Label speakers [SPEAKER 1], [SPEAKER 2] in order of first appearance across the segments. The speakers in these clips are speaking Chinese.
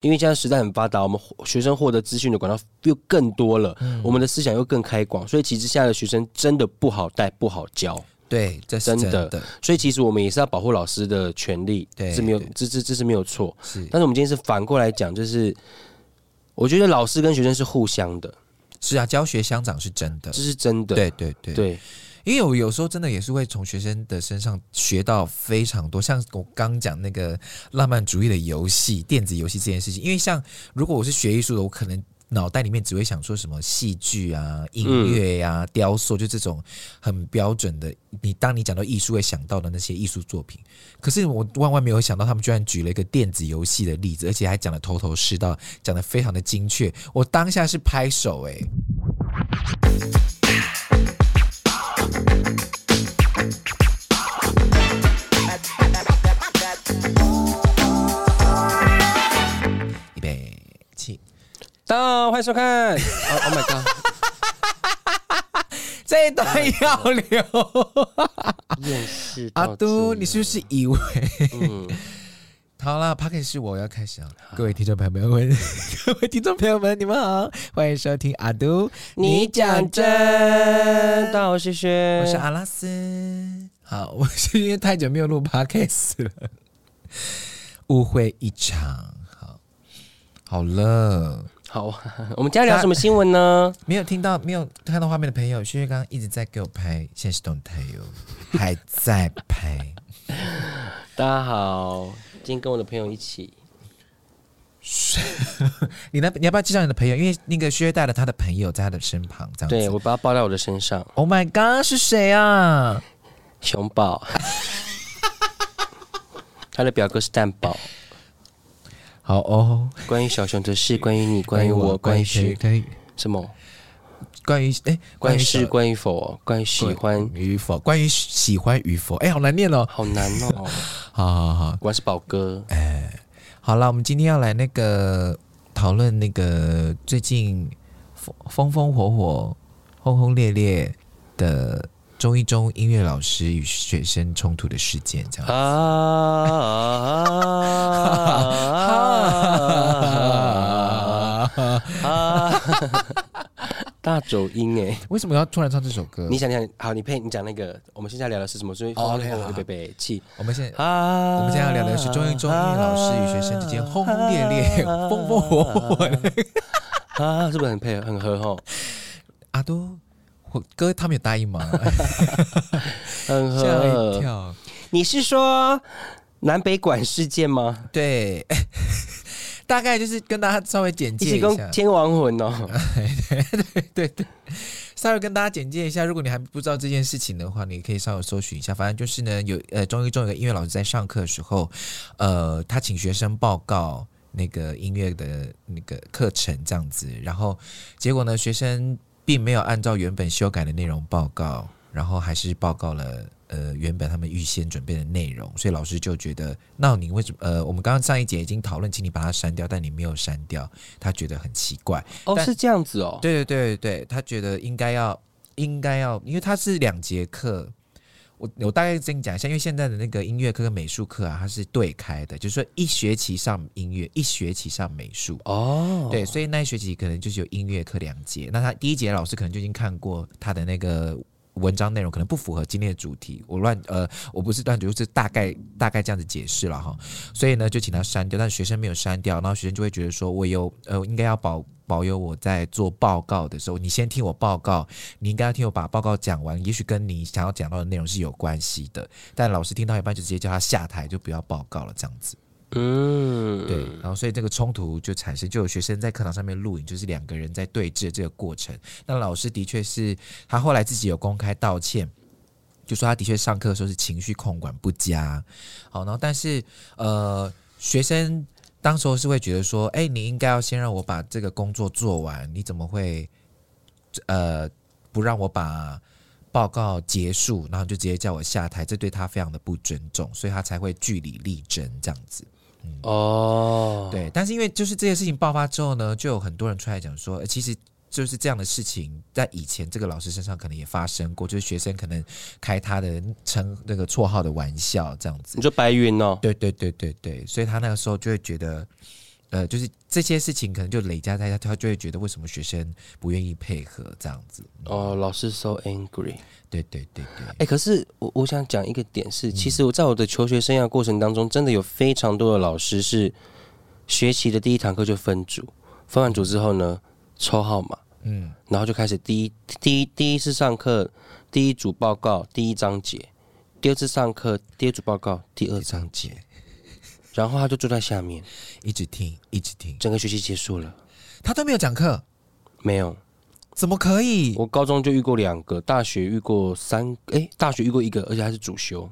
[SPEAKER 1] 因为现在时代很发达，我们学生获得资讯的管道又更多了，
[SPEAKER 2] 嗯
[SPEAKER 1] 我们的思想又更开广，所以其实现在的学生真的不好带，不好教。
[SPEAKER 2] 对，这是
[SPEAKER 1] 真
[SPEAKER 2] 真
[SPEAKER 1] 的
[SPEAKER 2] 的，
[SPEAKER 1] 所以其实我们也是要保护老师的权利，
[SPEAKER 2] 对
[SPEAKER 1] 是没有
[SPEAKER 2] 对
[SPEAKER 1] 这这这是没有错。
[SPEAKER 2] 是
[SPEAKER 1] 但是我们今天是反过来讲，就是我觉得老师跟学生是互相的，
[SPEAKER 2] 是啊，教学相长是真的
[SPEAKER 1] 这，是真的。
[SPEAKER 2] 对对对，
[SPEAKER 1] 对
[SPEAKER 2] 因为我有时候真的也是会从学生的身上学到非常多，像我刚讲那个浪漫主义的游戏、电子游戏这件事情。因为像如果我是学艺术的，我可能脑袋里面只会想说什么戏剧啊、音乐呀、雕塑，就这种很标准的。你当你讲到艺术，会想到的那些艺术作品。可是我万万没有想到，他们居然举了一个电子游戏的例子，而且还讲的头头是道，讲的非常的精确。我当下是拍手哎、预备起。
[SPEAKER 1] 到欢迎收 看。Oh oh my god，
[SPEAKER 2] 这一段要
[SPEAKER 1] 哦
[SPEAKER 2] 留。
[SPEAKER 1] 厌世
[SPEAKER 2] 阿
[SPEAKER 1] 到
[SPEAKER 2] 都，
[SPEAKER 1] 这
[SPEAKER 2] 你是不是以为？
[SPEAKER 1] 嗯，
[SPEAKER 2] 好啦 p a r k 是我要开始啊！各位听众朋友们， 各位听众朋友们，你们好，欢迎收听阿都，
[SPEAKER 1] 你讲真，到谢谢。
[SPEAKER 2] 我是阿拉斯。好， 我是因为太久没有录 podcast 了，误会一场。好，好了，
[SPEAKER 1] 好， 我们今天聊什么新闻呢？
[SPEAKER 2] 没有听到没有看到画面的朋友，薛薛刚刚一直在给我拍现实动态哟，还在拍。
[SPEAKER 1] 大家好，今天跟我的朋友一起，
[SPEAKER 2] 你那你要不要介绍你的朋友？因为那个薛带了他的朋友在他的身旁，这样子。
[SPEAKER 1] 对我把它抱在我的身上，
[SPEAKER 2] ，Oh my God，是谁啊？
[SPEAKER 1] 熊宝。 他的表哥是蛋宝。
[SPEAKER 2] 好哦，
[SPEAKER 1] 关于小熊的事，关于你，关于我，关于谁？
[SPEAKER 2] 关于
[SPEAKER 1] 什么？
[SPEAKER 2] 关于哎，
[SPEAKER 1] 关于
[SPEAKER 2] 小
[SPEAKER 1] 是，关于否，关于喜欢，
[SPEAKER 2] 与否，关于喜欢与否，哎，好难念哦。
[SPEAKER 1] 好难 哦。
[SPEAKER 2] 好好好，
[SPEAKER 1] 我是宝哥，
[SPEAKER 2] 好了，我们今天要来那个讨论那个最近风风风火火、轰轰烈烈的中一中音乐老师与学生冲突的事件，这样。
[SPEAKER 1] 啊啊！大走音哎，
[SPEAKER 2] 为什么要突然唱这首歌？
[SPEAKER 1] 你想想，好，你配你讲那个，我们现在聊的是什么？所以
[SPEAKER 2] 哦
[SPEAKER 1] 我
[SPEAKER 2] ，OK，
[SPEAKER 1] 的
[SPEAKER 2] 好
[SPEAKER 1] 北北气
[SPEAKER 2] 我们现在。
[SPEAKER 1] 啊
[SPEAKER 2] 我们现在要聊的是中英中英老师与学生之间轰轰烈烈、风风火火的。
[SPEAKER 1] 啊，是不是很配合很合吼？
[SPEAKER 2] 阿都，我哥他们有答 应吗？
[SPEAKER 1] 很
[SPEAKER 2] 吓我
[SPEAKER 1] 合
[SPEAKER 2] 一。跳。
[SPEAKER 1] 你是说南北管事件吗？
[SPEAKER 2] 对， 大概就是跟大家稍微简
[SPEAKER 1] 一
[SPEAKER 2] 介
[SPEAKER 1] 起
[SPEAKER 2] 一
[SPEAKER 1] 跟
[SPEAKER 2] 下。
[SPEAKER 1] 天王魂哦，
[SPEAKER 2] 对对，稍微跟大家简介一下。如果你还不知道这件事情的话，你可以稍微搜寻一下。反正就是呢，有呃中一中有个音乐老师在上课的时候，呃，他请学生报告那个音乐的那个课程这样子，然后结果呢，学生并没有按照原本修改的内容报告，然后还是报告了。呃，原本他们预先准备的内容，所以老师就觉得，那你为什么？呃，我们刚刚上一节已经讨论，请你把它删掉，但你没有删掉，他觉得很奇怪。
[SPEAKER 1] 哦
[SPEAKER 2] 但
[SPEAKER 1] 是这样子哦，
[SPEAKER 2] 对对对对，他觉得应该要应该要，因为他是两节课。我我大概跟你讲一下，因为现在的那个音乐课跟美术课啊，它是对开的，就是说一学期上音乐，一学期上美术。
[SPEAKER 1] 哦，
[SPEAKER 2] 对，所以那一学期可能就是有音乐课两节。那他第一节老师可能就已经看过他的那个文章内容，可能不符合今天的主题。我乱呃，我不是断就是大概大概这样子解释了哈。所以呢，就请他删掉，但学生没有删掉，然后学生就会觉得说我有呃，应该要保保有我在做报告的时候，你先听我报告，你应该要听我把报告讲完，也许跟你想要讲到的内容是有关系的。但老师听到一半就直接叫他下台，就不要报告了，这样子。
[SPEAKER 1] 嗯，
[SPEAKER 2] 对，然后所以这个冲突就产生，就有学生在课堂上面录影，就是两个人在对峙的这个过程。那老师的确是他后来自己有公开道歉，就说他的确上课的时候是情绪控管不佳。好，然后但是呃，学生当时候是会觉得说，哎、你应该要先让我把这个工作做完，你怎么会呃不让我把报告结束，然后就直接叫我下台？这对他非常的不尊重，所以他才会据理力争这样子。
[SPEAKER 1] 哦，，
[SPEAKER 2] 对，但是因为就是这件事情爆发之后呢，就有很多人出来讲说，呃、其实。就是这样的事情，在以前这个老师身上可能也发生过，就是学生可能开他的称那个绰号的玩笑这样子
[SPEAKER 1] 你。说白云哦，
[SPEAKER 2] 对对对对对，所以他那个时候就会觉得，呃，就是这些事情可能就累加在他，他就会觉得为什么学生不愿意配合这样子？
[SPEAKER 1] 哦，老师 so angry。
[SPEAKER 2] 对对对对，
[SPEAKER 1] 哎、可是我我想讲一个点是，其实我在我的求学生涯过程当中，真的有非常多的老师是学期的第一堂课就分组，分完组之后呢，抽号码，
[SPEAKER 2] 嗯，
[SPEAKER 1] 然后就开始第一第一第一次上课第一组报告第一章节，第二次上课第二组报告第二章
[SPEAKER 2] 张姐
[SPEAKER 1] 然后他就坐在下面，
[SPEAKER 2] 一直听一直听，
[SPEAKER 1] 整个学期结束了
[SPEAKER 2] 他都没有讲课，
[SPEAKER 1] 没有？
[SPEAKER 2] 怎么可以？
[SPEAKER 1] 我高中就遇过两个，大学遇过三个，哎，大学遇过一个，而且还是主修。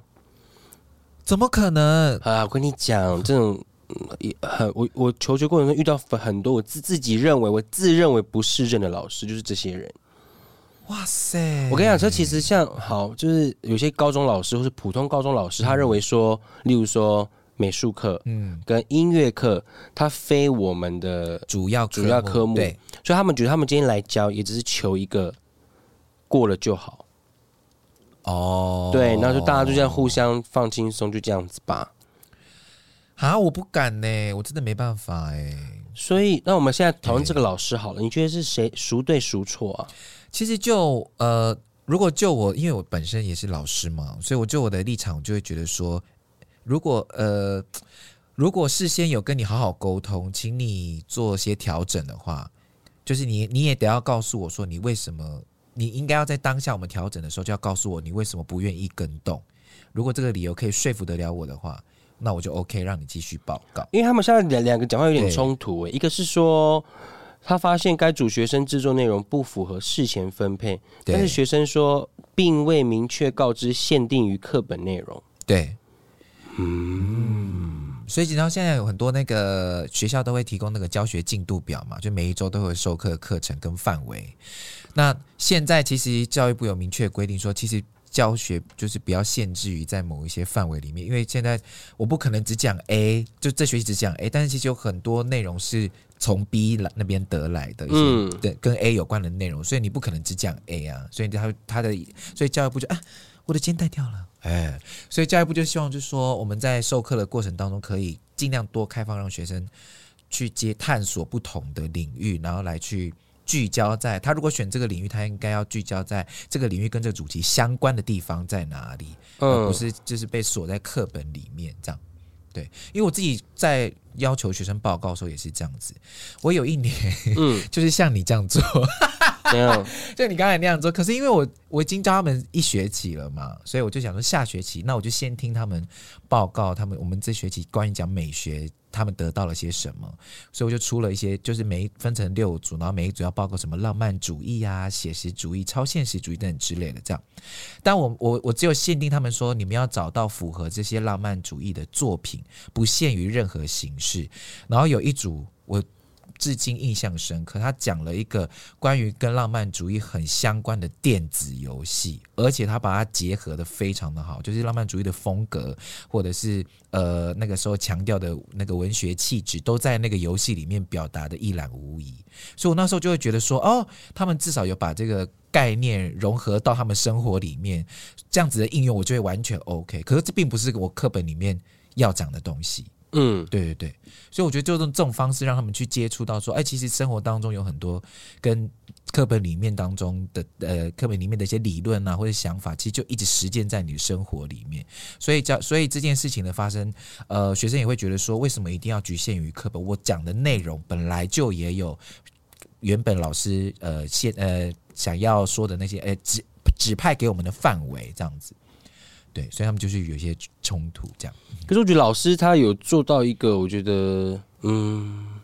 [SPEAKER 2] 怎么可能？
[SPEAKER 1] 啊，我跟你讲，这种嗯也很我我求学过程中遇到很多我自自己认为我自认为不适任的老师，就是这些人。
[SPEAKER 2] 哇塞！
[SPEAKER 1] 我跟你讲，这其实像好，就是有些高中老师或是普通高中老师，他认为说，例如说美术课
[SPEAKER 2] 嗯，
[SPEAKER 1] 跟音乐课，他非我们的，
[SPEAKER 2] 主要
[SPEAKER 1] 主要科目
[SPEAKER 2] 对，
[SPEAKER 1] 所以他们觉得他们今天来教，也只是求一个过了就好。
[SPEAKER 2] 哦，
[SPEAKER 1] 对，然后就大家就这样互相放轻松，就这样子吧。
[SPEAKER 2] 啊，我不敢呢，我真的没办法哎。
[SPEAKER 1] 所以，那我们现在讨论这个老师好了，你觉得是谁孰对孰错啊？
[SPEAKER 2] 其实就呃，如果就我，因为我本身也是老师嘛，所以我就我的立场，我就会觉得说，如果呃，如果事先有跟你好好沟通，请你做些调整的话，就是你你也得要告诉我说，你为什么你应该要在当下我们调整的时候就要告诉我你为什么不愿意跟动。如果这个理由可以说服得了我的话，那我就 OK 让你继续报告。
[SPEAKER 1] 因为他们现在两两个讲话有点
[SPEAKER 2] 对
[SPEAKER 1] 冲突、欸，一个是说他发现该组学生制作内容不符合事前分配，但
[SPEAKER 2] 对
[SPEAKER 1] 是学生说并未明确告知限定于课本内容。
[SPEAKER 2] 对，嗯，所以你知道现在有很多那个学校都会提供那个教学进度表嘛，就每一周都会有授课课程跟范围。那现在其实教育部有明确规定说，其实。教学就是不要限制于在某一些范围里面，因为现在我不可能只讲 A，就这学期只讲 A，但是其实有很多内容是从 B 来那边得来的一些
[SPEAKER 1] 嗯
[SPEAKER 2] 对跟 A 有关的内容，所以你不可能只讲 A 啊，所以他他的所以教育部就啊，我的肩带掉了，哎，所以教育部就希望，就是说我们在授课的过程当中，可以尽量多开放，让学生去接探索不同的领域，然后来去聚焦在他如果选这个领域，他应该要聚焦在这个领域跟这个主题相关的地方在哪里，而
[SPEAKER 1] 嗯
[SPEAKER 2] 啊不，是就是被锁在课本里面这样。对，因为我自己在要求学生报告的时候也是这样子，我有一年
[SPEAKER 1] 嗯，
[SPEAKER 2] 就是像你这样做，
[SPEAKER 1] 怎样？
[SPEAKER 2] 就你刚才那样做，可是因为我我已经教他们一学期了嘛，所以我就想说下学期，那我就先听他们报告，他们我们这学期关于讲美学，他们得到了些什么，所以我就出了一些，就是每一分成六组，然后每一组要报告什么浪漫主义啊、写实主义、超现实主义等等之类的这样。但我我我只有限定他们说，你们要找到符合这些浪漫主义的作品，不限于任何形式。然后有一组我至今印象深刻，他讲了一个关于跟浪漫主义很相关的电子游戏，而且他把它结合的非常的好，就是浪漫主义的风格，或者是呃那个时候强调的那个文学气质，都在那个游戏里面表达的一览无遗。所以我那时候就会觉得说，哦，他们至少有把这个。概念融合到他们生活里面，这样子的应用我就会完全哦 OK。可是这并不是我课本里面要讲的东西，
[SPEAKER 1] 嗯，
[SPEAKER 2] 对对对，所以我觉得就用这种方式让他们去接触到说，哎，其实生活当中有很多跟课本里面当中的呃课本里面的一些理论啊或者想法，其实就一直实践在你的生活里面。所以教所以这件事情的发生，呃，学生也会觉得说，为什么一定要局限于课本？我讲的内容本来就也有原本老师呃现呃想要说的那些呃指指派给我们的范围这样子。对，所以他们就是有一些冲突这样。
[SPEAKER 1] 可是我觉得老师他有做到一个，我觉得嗯，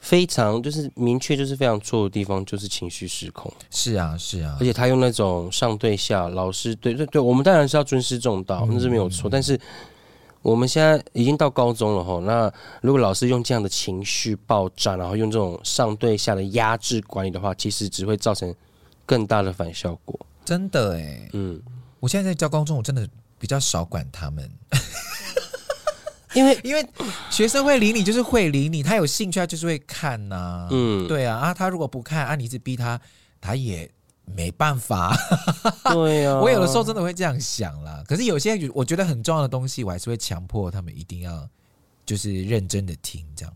[SPEAKER 1] 非常就是明确，就是非常错的地方，就是情绪失控。
[SPEAKER 2] 是啊，是啊
[SPEAKER 1] 而。且他用那种上对下，老师对对对，我们当然是要尊师重
[SPEAKER 2] 嗯
[SPEAKER 1] 道，那是没有错。但是我们现在已经到高中了吼，那如果老师用这样的情绪爆炸，然后用这种上对下的压制管理的话，其实只会造成更大的反效果。
[SPEAKER 2] 真的哎、
[SPEAKER 1] 嗯，
[SPEAKER 2] 我现在在教高中，我真的比较少管他们，
[SPEAKER 1] 因为
[SPEAKER 2] 因为学生会理你就是会理你，他有兴趣他就是会看呐、
[SPEAKER 1] 嗯，
[SPEAKER 2] 对啊啊，他如果不看啊，你一直逼他，他也没办法。
[SPEAKER 1] 对啊，
[SPEAKER 2] 我有的时候真的会这样想啦，可是有些我觉得很重要的东西，我还是会强迫他们一定要就是认真的听这样。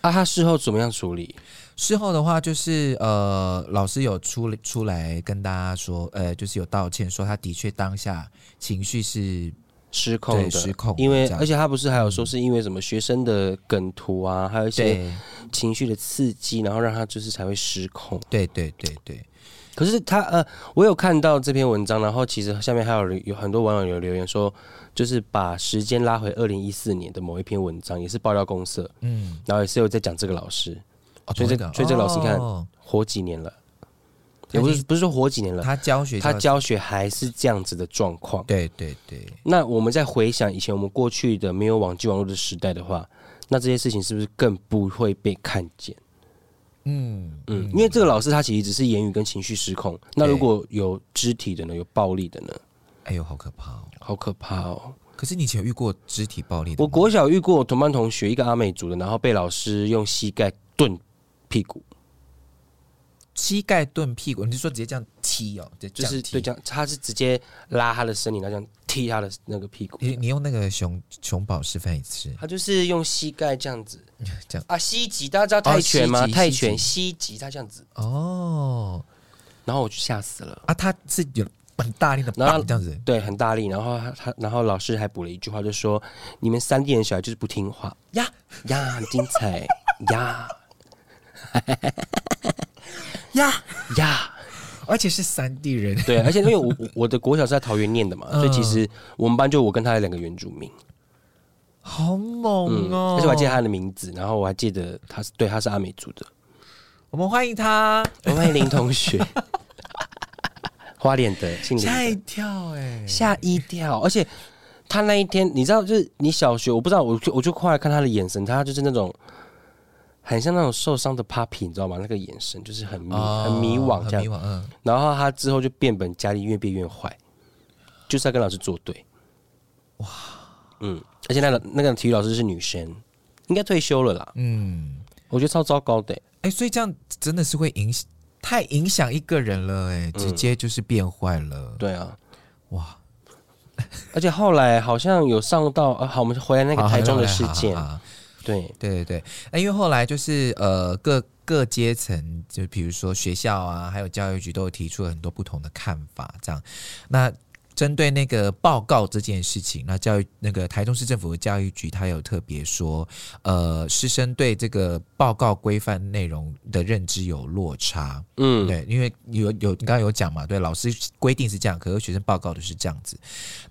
[SPEAKER 1] 啊，他事后怎么样处理？
[SPEAKER 2] 事后的话，就是呃，老师有出出来跟大家说，呃，就是有道歉，说他的确当下情绪是
[SPEAKER 1] 失控的，
[SPEAKER 2] 对失控的
[SPEAKER 1] 因为
[SPEAKER 2] 这样嗯
[SPEAKER 1] 而且他不是还有说是因为什么学生的梗图啊，还有一些
[SPEAKER 2] 对
[SPEAKER 1] 情绪的刺激，然后让他就是才会失控。
[SPEAKER 2] 对对对对，
[SPEAKER 1] 可是他呃，我有看到这篇文章，然后其实下面还有留有很多网友有留言说，就是把时间拉回二零一四年的某一篇文章，也是爆料公社，
[SPEAKER 2] 嗯，
[SPEAKER 1] 然后也是有在讲这个老师
[SPEAKER 2] 哦
[SPEAKER 1] 所以这
[SPEAKER 2] 同一
[SPEAKER 1] 所以这老师你看
[SPEAKER 2] 哦
[SPEAKER 1] 活几年了，也
[SPEAKER 2] 他已经
[SPEAKER 1] 不是不是说活几年了，
[SPEAKER 2] 他教学
[SPEAKER 1] 他
[SPEAKER 2] 教
[SPEAKER 1] 教学还是这样子的状况。
[SPEAKER 2] 对对对，
[SPEAKER 1] 那我们再回想以前我们过去的没有网际网络的时代的话，那这些事情是不是更不会被看见？
[SPEAKER 2] 嗯
[SPEAKER 1] 嗯，因为这个老师他其实只是言语跟情绪失控，那
[SPEAKER 2] 对
[SPEAKER 1] 如果有肢体的呢，有暴力的呢，
[SPEAKER 2] 哎呦，好可怕哦！
[SPEAKER 1] 好可怕哦！
[SPEAKER 2] 可是你以前有遇过肢体暴力的
[SPEAKER 1] 我
[SPEAKER 2] 吗？
[SPEAKER 1] 国小遇过我同班同学一个阿美族的，然后被老师用膝盖顿屁股，
[SPEAKER 2] 膝盖顿屁股，你是说直接这样踢哦？就
[SPEAKER 1] 就是
[SPEAKER 2] 踢
[SPEAKER 1] 对这样，他是直接拉他的身体，然后这样踢他的那个屁股，
[SPEAKER 2] 你你用那个熊熊宝示范一次，
[SPEAKER 1] 他就是用膝盖这样子
[SPEAKER 2] 这样
[SPEAKER 1] 啊，膝击，大家知道泰拳
[SPEAKER 2] 哦
[SPEAKER 1] 吗？
[SPEAKER 2] 膝击
[SPEAKER 1] 泰拳膝击，他这样子，
[SPEAKER 2] 哦
[SPEAKER 1] 然后我就吓死了。
[SPEAKER 2] 啊，他是有很大力的
[SPEAKER 1] 然后
[SPEAKER 2] 棒这样子，
[SPEAKER 1] 对，很大力。然后他他，然后老师还补了一句话，就说：“你们三地人小孩就是不听话
[SPEAKER 2] 呀，
[SPEAKER 1] 呀，很精彩呀
[SPEAKER 2] 呀，
[SPEAKER 1] 呀。
[SPEAKER 2] 而且是三 D 人”
[SPEAKER 1] 对，而且因为我 我我的国小是在桃园念的嘛，所以其实我们班就我跟他两个原住民，
[SPEAKER 2] 好猛
[SPEAKER 1] 嗯，
[SPEAKER 2] 哦！
[SPEAKER 1] 而且我还记得他的名字，然后我还记得他是对他是阿美族的，
[SPEAKER 2] 我们欢迎他，
[SPEAKER 1] 我欢迎林同 学，花脸的，姓林的
[SPEAKER 2] 吓一跳哎、
[SPEAKER 1] 吓一跳，而且他那一天，你知道，就是你小学，我不知道，我就我就后来看他的眼神，他就是那种很像那种受伤的 puppy，你知道吗？那个眼神就是很迷、
[SPEAKER 2] 哦
[SPEAKER 1] 很迷惘这
[SPEAKER 2] 很迷
[SPEAKER 1] 样。
[SPEAKER 2] 惘，嗯，
[SPEAKER 1] 然后他之后就变本加厉，越变越坏，就是要跟老师作对。哇，嗯，而且那个那个体育老师是女生，应该退休了啦，
[SPEAKER 2] 嗯，
[SPEAKER 1] 我觉得超糟糕的欸、
[SPEAKER 2] 哎、所以这样真的是会影响，太影响一个人了、哎，直接就是变坏了，
[SPEAKER 1] 对啊，
[SPEAKER 2] 哇！
[SPEAKER 1] 而且后来好像有上到，啊、好，我们回来那个
[SPEAKER 2] 好
[SPEAKER 1] 台中的
[SPEAKER 2] 好
[SPEAKER 1] 事件
[SPEAKER 2] 好，好好
[SPEAKER 1] 对，
[SPEAKER 2] 对对对，那因为后来就是呃各各阶层，就比如说学校啊，还有教育局都有提出了很多不同的看法，这样。那针对那个报告这件事情，那教育那个台中市政府的教育局，他有特别说，呃，师生对这个报告规范内容的认知有落差。
[SPEAKER 1] 嗯，
[SPEAKER 2] 对，因为有有你刚刚有讲嘛，对，老师规定是这样，可是学生报告的是这样子。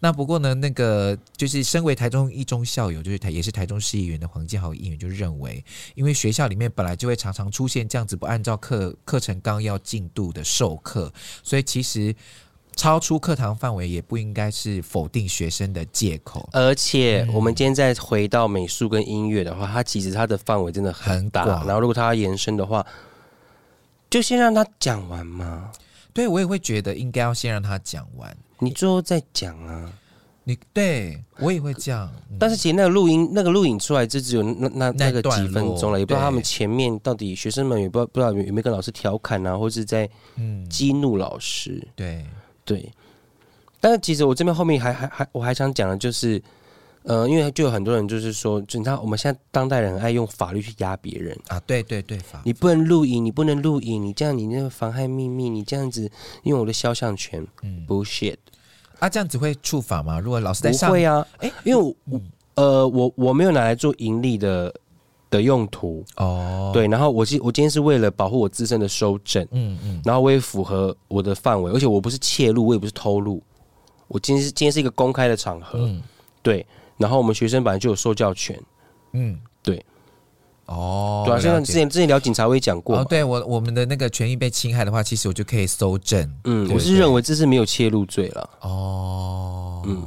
[SPEAKER 2] 那不过呢，那个就是身为台中一中校友，就是台也是台中市议员的黄建豪议员就认为，因为学校里面本来就会常常出现这样子不按照课课程纲要进度的授课，所以其实超出课堂范围也不应该是否定学生的借口。
[SPEAKER 1] 而且我们今天再回到美术跟音乐的话，它其实它的范围真的很大。
[SPEAKER 2] 很广
[SPEAKER 1] 然后如果它要延伸的话，就先让它讲完嘛，
[SPEAKER 2] 对我也会觉得应该要先让他讲完。
[SPEAKER 1] 你最后再讲啊。
[SPEAKER 2] 你对我也会这样，嗯
[SPEAKER 1] 但是其实那个录音、那个录影出来，就只有那那
[SPEAKER 2] 那
[SPEAKER 1] 那个几分钟了，也不知道
[SPEAKER 2] 段落
[SPEAKER 1] 他们前面到底学生们也不知道不知道有没有跟老师调侃啊，或是在
[SPEAKER 2] 嗯，
[SPEAKER 1] 激怒老师。
[SPEAKER 2] 对，
[SPEAKER 1] 对，但是其实我这边后面还还还我还想讲的就是，呃，因为就有很多人就是说，就你看我们现在当代人很爱用法律去压别人。
[SPEAKER 2] 啊，对对对，法
[SPEAKER 1] 你不能录影，你不能录影，你这样你那个妨害秘密，你这样子用我的肖像权
[SPEAKER 2] 嗯
[SPEAKER 1] ，bullshit，
[SPEAKER 2] 啊，这样子会触法吗？如果老师在
[SPEAKER 1] 不
[SPEAKER 2] 上，
[SPEAKER 1] 会啊，
[SPEAKER 2] 哎
[SPEAKER 1] 因为我、呃我我没有拿来做盈利的的用途，
[SPEAKER 2] 哦，，
[SPEAKER 1] 对，然后我今我今天是为了保护我自身的收证，
[SPEAKER 2] 嗯嗯，
[SPEAKER 1] 然后我也符合我的范围，而且我不是窃录，我也不是偷录，我今天是今天是一个公开的场合，
[SPEAKER 2] 嗯
[SPEAKER 1] 对，然后我们学生本来就有受教权，
[SPEAKER 2] 嗯，
[SPEAKER 1] 对，
[SPEAKER 2] 哦，
[SPEAKER 1] 对啊，像
[SPEAKER 2] 了
[SPEAKER 1] 之
[SPEAKER 2] 解
[SPEAKER 1] 前之前聊警察我也讲过嘛，
[SPEAKER 2] 哦，对我我们的那个权益被侵害的话，其实我就可以搜证，
[SPEAKER 1] 嗯，
[SPEAKER 2] 对
[SPEAKER 1] 我是
[SPEAKER 2] 对
[SPEAKER 1] 认为这是没有窃录罪了。
[SPEAKER 2] 哦，嗯，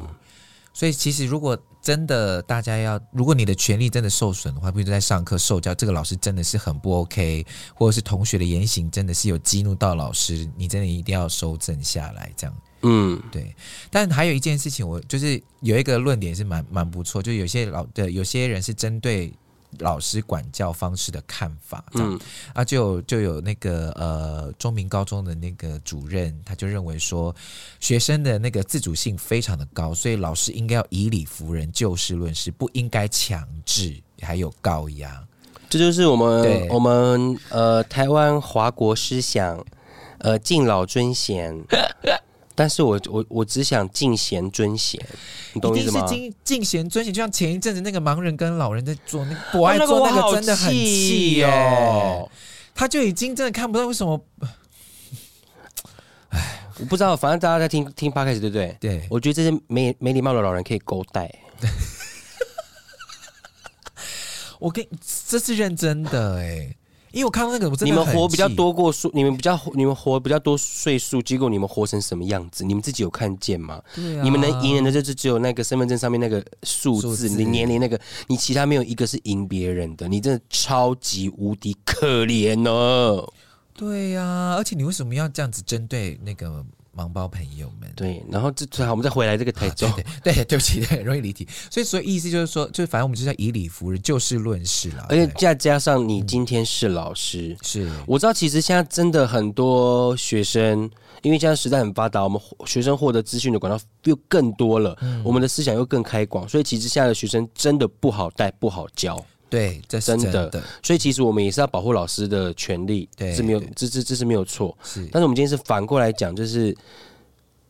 [SPEAKER 2] 所以其实如果真的大家要，如果你的权利真的受损的话，比如在上课受教，这个老师真的是很不 OK，或者是同学的言行真的是有激怒到老师，你真的一定要收正下来，这样。
[SPEAKER 1] 嗯，
[SPEAKER 2] 对，但还有一件事情，我就是有一个论点是蛮蛮不错，就有些老的有些人是针对老师管教方式的看法，这样、
[SPEAKER 1] 嗯
[SPEAKER 2] 啊，就有就有那个呃中明高中的那个主任，他就认为说学生的那个自主性非常的高，所以老师应该要以理服人，就事论事，不应该强制还有高压。
[SPEAKER 1] 这这就是我们
[SPEAKER 2] 对
[SPEAKER 1] 我们呃台湾华国思想，呃敬老尊 贤。但是我我我只想敬贤尊贤，你懂我
[SPEAKER 2] 一
[SPEAKER 1] 意思
[SPEAKER 2] 定是
[SPEAKER 1] 吗？
[SPEAKER 2] 敬敬贤尊贤，就像前一阵子那个盲人跟老人在做那个不
[SPEAKER 1] 哦我
[SPEAKER 2] 爱做那个，真的很
[SPEAKER 1] 气
[SPEAKER 2] 耶、
[SPEAKER 1] 哦！
[SPEAKER 2] 他就已经真的看不到为什么
[SPEAKER 1] 我不知道，反正大家在听听 podcast 对不对？
[SPEAKER 2] 对
[SPEAKER 1] 我觉得这些没没礼貌的老人可以勾带，
[SPEAKER 2] 我跟这是认真的哎、因为我看到那个我真的
[SPEAKER 1] 你们
[SPEAKER 2] 很
[SPEAKER 1] 活比较
[SPEAKER 2] 气，
[SPEAKER 1] 多过数，你们比较你们活比较多岁数，结果你们活成什么样子？你们自己有看见吗？
[SPEAKER 2] 对啊
[SPEAKER 1] 你们能赢人的就是只有那个身份证上面那个数
[SPEAKER 2] 数
[SPEAKER 1] 字，
[SPEAKER 2] 字
[SPEAKER 1] 你年龄那个，你其他没有一个是赢别人的，你真的超级无敌可怜哦。
[SPEAKER 2] 对呀、而且你为什么要这样子针对那个盲包朋友们？
[SPEAKER 1] 对，然后这好，我们再回来这个台中，
[SPEAKER 2] 啊对， 对不起，对，容易离题。所以，所以意思就是说，就是反正我们就是要以理服人，就事论事啦。
[SPEAKER 1] 而且
[SPEAKER 2] 对
[SPEAKER 1] 再加上你今天是老师，
[SPEAKER 2] 是
[SPEAKER 1] 我知道其实现在真的很多学生，因为现在时代很发达，我们学生获得资讯的管道又更多了，
[SPEAKER 2] 嗯
[SPEAKER 1] 我们的思想又更开广，所以其实现在的学生真的不好带，不好教。
[SPEAKER 2] 对，这是
[SPEAKER 1] 真
[SPEAKER 2] 真
[SPEAKER 1] 的
[SPEAKER 2] 的，
[SPEAKER 1] 所以其实我们也是要保护老师的权利，
[SPEAKER 2] 对
[SPEAKER 1] 是没有，这这这是没有错。
[SPEAKER 2] 是
[SPEAKER 1] 但是我们今天是反过来讲，就是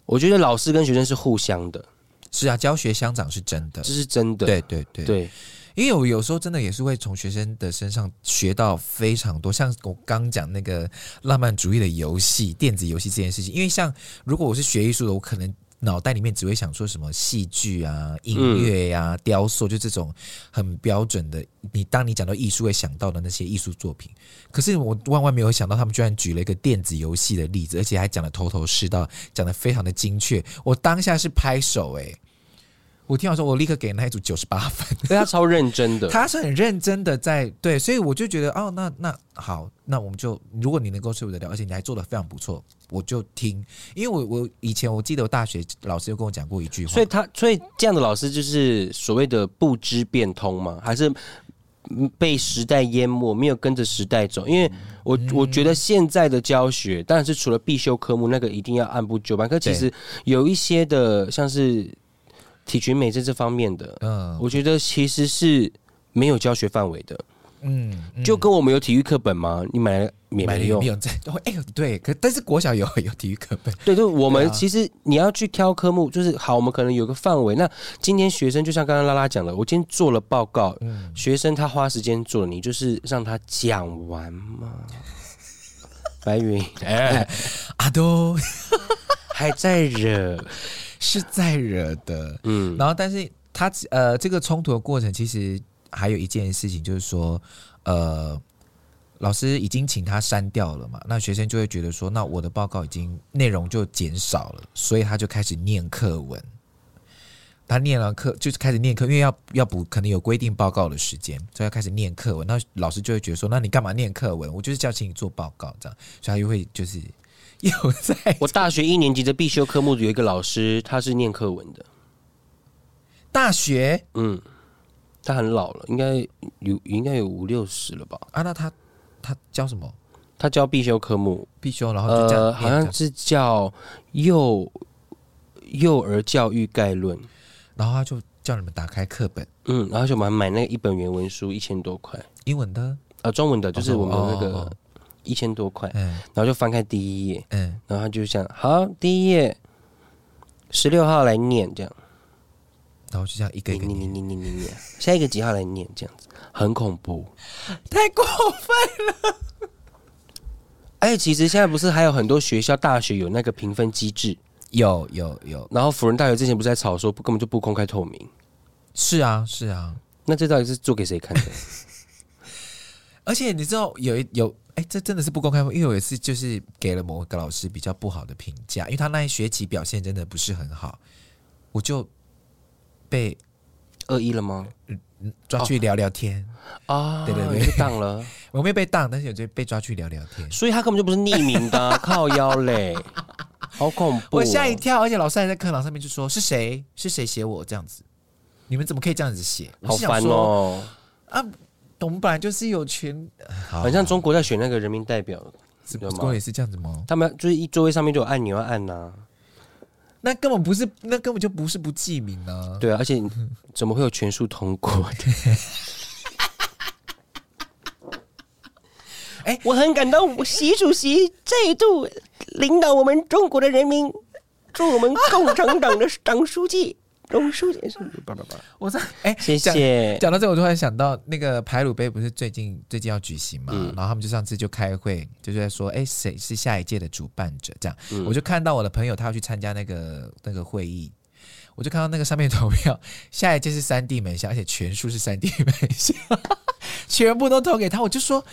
[SPEAKER 1] 我觉得老师跟学生是互相的，
[SPEAKER 2] 是啊，教学相长是真的
[SPEAKER 1] 这。是真的。
[SPEAKER 2] 对对对，
[SPEAKER 1] 对
[SPEAKER 2] 因为我有时候真的也是会从学生的身上学到非常多，像我刚讲那个浪漫主义的游戏、电子游戏这件事情。因为像如果我是学艺术的，我可能脑袋里面只会想说什么戏剧啊、音乐呀、雕塑，就这种很标准的。你当你讲到艺术，会想到的那些艺术作品。可是我万万没有想到，他们居然举了一个电子游戏的例子，而且还讲的头头是道，讲的非常的精确。我当下是拍手诶、我听到说，我立刻给那一组九十八分。
[SPEAKER 1] 对，啊他超认真的。
[SPEAKER 2] 他是很认真的在对，所以我就觉得哦，那那好，那我们就如果你能够说服得了，而且你还做的非常不错，我就听。因为我我以前我记得我大学老师就跟我讲过一句话，
[SPEAKER 1] 所以他所以这样的老师就是所谓的不知变通吗？还是嗯被时代淹没，没有跟着时代走？因为我、
[SPEAKER 2] 嗯
[SPEAKER 1] 我觉得现在的教学当然是除了必修科目那个一定要按部就班，可其实有一些的像是体群美这这方面的，
[SPEAKER 2] 嗯
[SPEAKER 1] 我觉得其实是没有教学范围的，
[SPEAKER 2] 嗯，嗯
[SPEAKER 1] 就跟我们有体育课本吗？你买来免
[SPEAKER 2] 买
[SPEAKER 1] 费
[SPEAKER 2] 了有
[SPEAKER 1] 用
[SPEAKER 2] 没。有在？ 哦哎、呦，对，可但是国小有有体育课本，
[SPEAKER 1] 对，就是我们
[SPEAKER 2] 对啊
[SPEAKER 1] 其实你要去挑科目，就是好，我们可能有个范围。那今天学生就像刚刚拉拉讲的，我今天做了报告，
[SPEAKER 2] 嗯，
[SPEAKER 1] 学生他花时间做，你就是让他讲完嘛。白 云，哎，
[SPEAKER 2] 啊都
[SPEAKER 1] 还在惹，
[SPEAKER 2] 是在惹的。
[SPEAKER 1] 嗯，
[SPEAKER 2] 然后，但是他呃，这个冲突的过程其实还有一件事情，就是说，呃，老师已经请他删掉了嘛，那学生就会觉得说，那我的报告已经内容就减少了，所以他就开始念课文。他念了课，就是开始念课，因为要要补，可能有规定报告的时间，所以要开始念课文。那老师就会觉得说，那你干嘛念课文？我就是叫请你做报告这样，所以他又会就是 又在
[SPEAKER 1] 我大学一年级的必修科目有一个老师，他是念课文的，
[SPEAKER 2] 大学
[SPEAKER 1] 嗯，他很老了，应该有应该有五六十了吧。
[SPEAKER 2] 啊，那他他教什么
[SPEAKER 1] 他教必修科目，
[SPEAKER 2] 必修，然后哦就这样
[SPEAKER 1] 呃，
[SPEAKER 2] 念
[SPEAKER 1] 好
[SPEAKER 2] 这样
[SPEAKER 1] 像是叫幼幼儿教育概论。
[SPEAKER 2] 然后他就叫你们打开课本，
[SPEAKER 1] 嗯，然后就买买那个一本原文书一千多块，
[SPEAKER 2] 英文的，
[SPEAKER 1] 呃，中文的，就是我们的那
[SPEAKER 2] 哦哦
[SPEAKER 1] 个
[SPEAKER 2] 哦
[SPEAKER 1] 一千多块，
[SPEAKER 2] 嗯
[SPEAKER 1] 然后就翻开第一页，
[SPEAKER 2] 嗯，
[SPEAKER 1] 然后他就想，好，第一页十六号来念，这样，
[SPEAKER 2] 然后就这样一个一
[SPEAKER 1] 念
[SPEAKER 2] 个
[SPEAKER 1] 念
[SPEAKER 2] 念，
[SPEAKER 1] 念念念念念，下一个几号来念，这样子，很恐怖。
[SPEAKER 2] 太过分。
[SPEAKER 1] 而哎且其实现在不是还有很多学校、大学有那个评分机制，
[SPEAKER 2] 有有有，
[SPEAKER 1] 然后辅仁大学之前不是在吵说不根本就不公开透明，
[SPEAKER 2] 是啊是啊，
[SPEAKER 1] 那这到底是做给谁看 的？
[SPEAKER 2] 而且你知道有一有。哎，这真的是不公开，因为我有一次就是给了某个老师比较不好的评价，因为他那一学期表现真的不是很好，我就被
[SPEAKER 1] 恶意了吗？哦
[SPEAKER 2] 抓去聊聊天，
[SPEAKER 1] 啊，
[SPEAKER 2] 对对对
[SPEAKER 1] 你被当了，
[SPEAKER 2] 我没有被当，但是有就被抓去聊聊天，
[SPEAKER 1] 所以他根本就不是匿名的啊、 靠腰嘞，好恐怖、哦
[SPEAKER 2] 我吓一跳，而且老师还在课堂上面就说是谁是谁写我这样子，你们怎么可以这样子写？我
[SPEAKER 1] 好
[SPEAKER 2] 是想
[SPEAKER 1] 烦
[SPEAKER 2] 说
[SPEAKER 1] 哦、
[SPEAKER 2] 啊，我们本来就是有权，好
[SPEAKER 1] 很像中国在选那个人民代表，
[SPEAKER 2] 是
[SPEAKER 1] 对吗
[SPEAKER 2] 中国也是这样子吗？
[SPEAKER 1] 他们就是一座位上面就有按钮要按呐、啊
[SPEAKER 2] 那根本不是，那根本就不是不记名啊！
[SPEAKER 1] 对啊，而且怎么会有全数通过的？
[SPEAKER 2] 哎
[SPEAKER 3] 我很感动，习主席再度领导我们中国的人民，祝我们共产党的党书记、总书 记，叭叭叭，
[SPEAKER 2] 我在哎，
[SPEAKER 1] 谢
[SPEAKER 2] 讲
[SPEAKER 1] 谢。
[SPEAKER 2] 讲到这，我突然想到那个排鲁杯不是最近最近要举行嘛？然后他们就上次就开会，就是在说，哎，谁是下一届的主办者？这样，我就看到我的朋友他要去参加那个那个会议，我就看到那个上面投票，下一届是三 D 门校，而且全数是三 D 门校， 全部都投给他。我就说，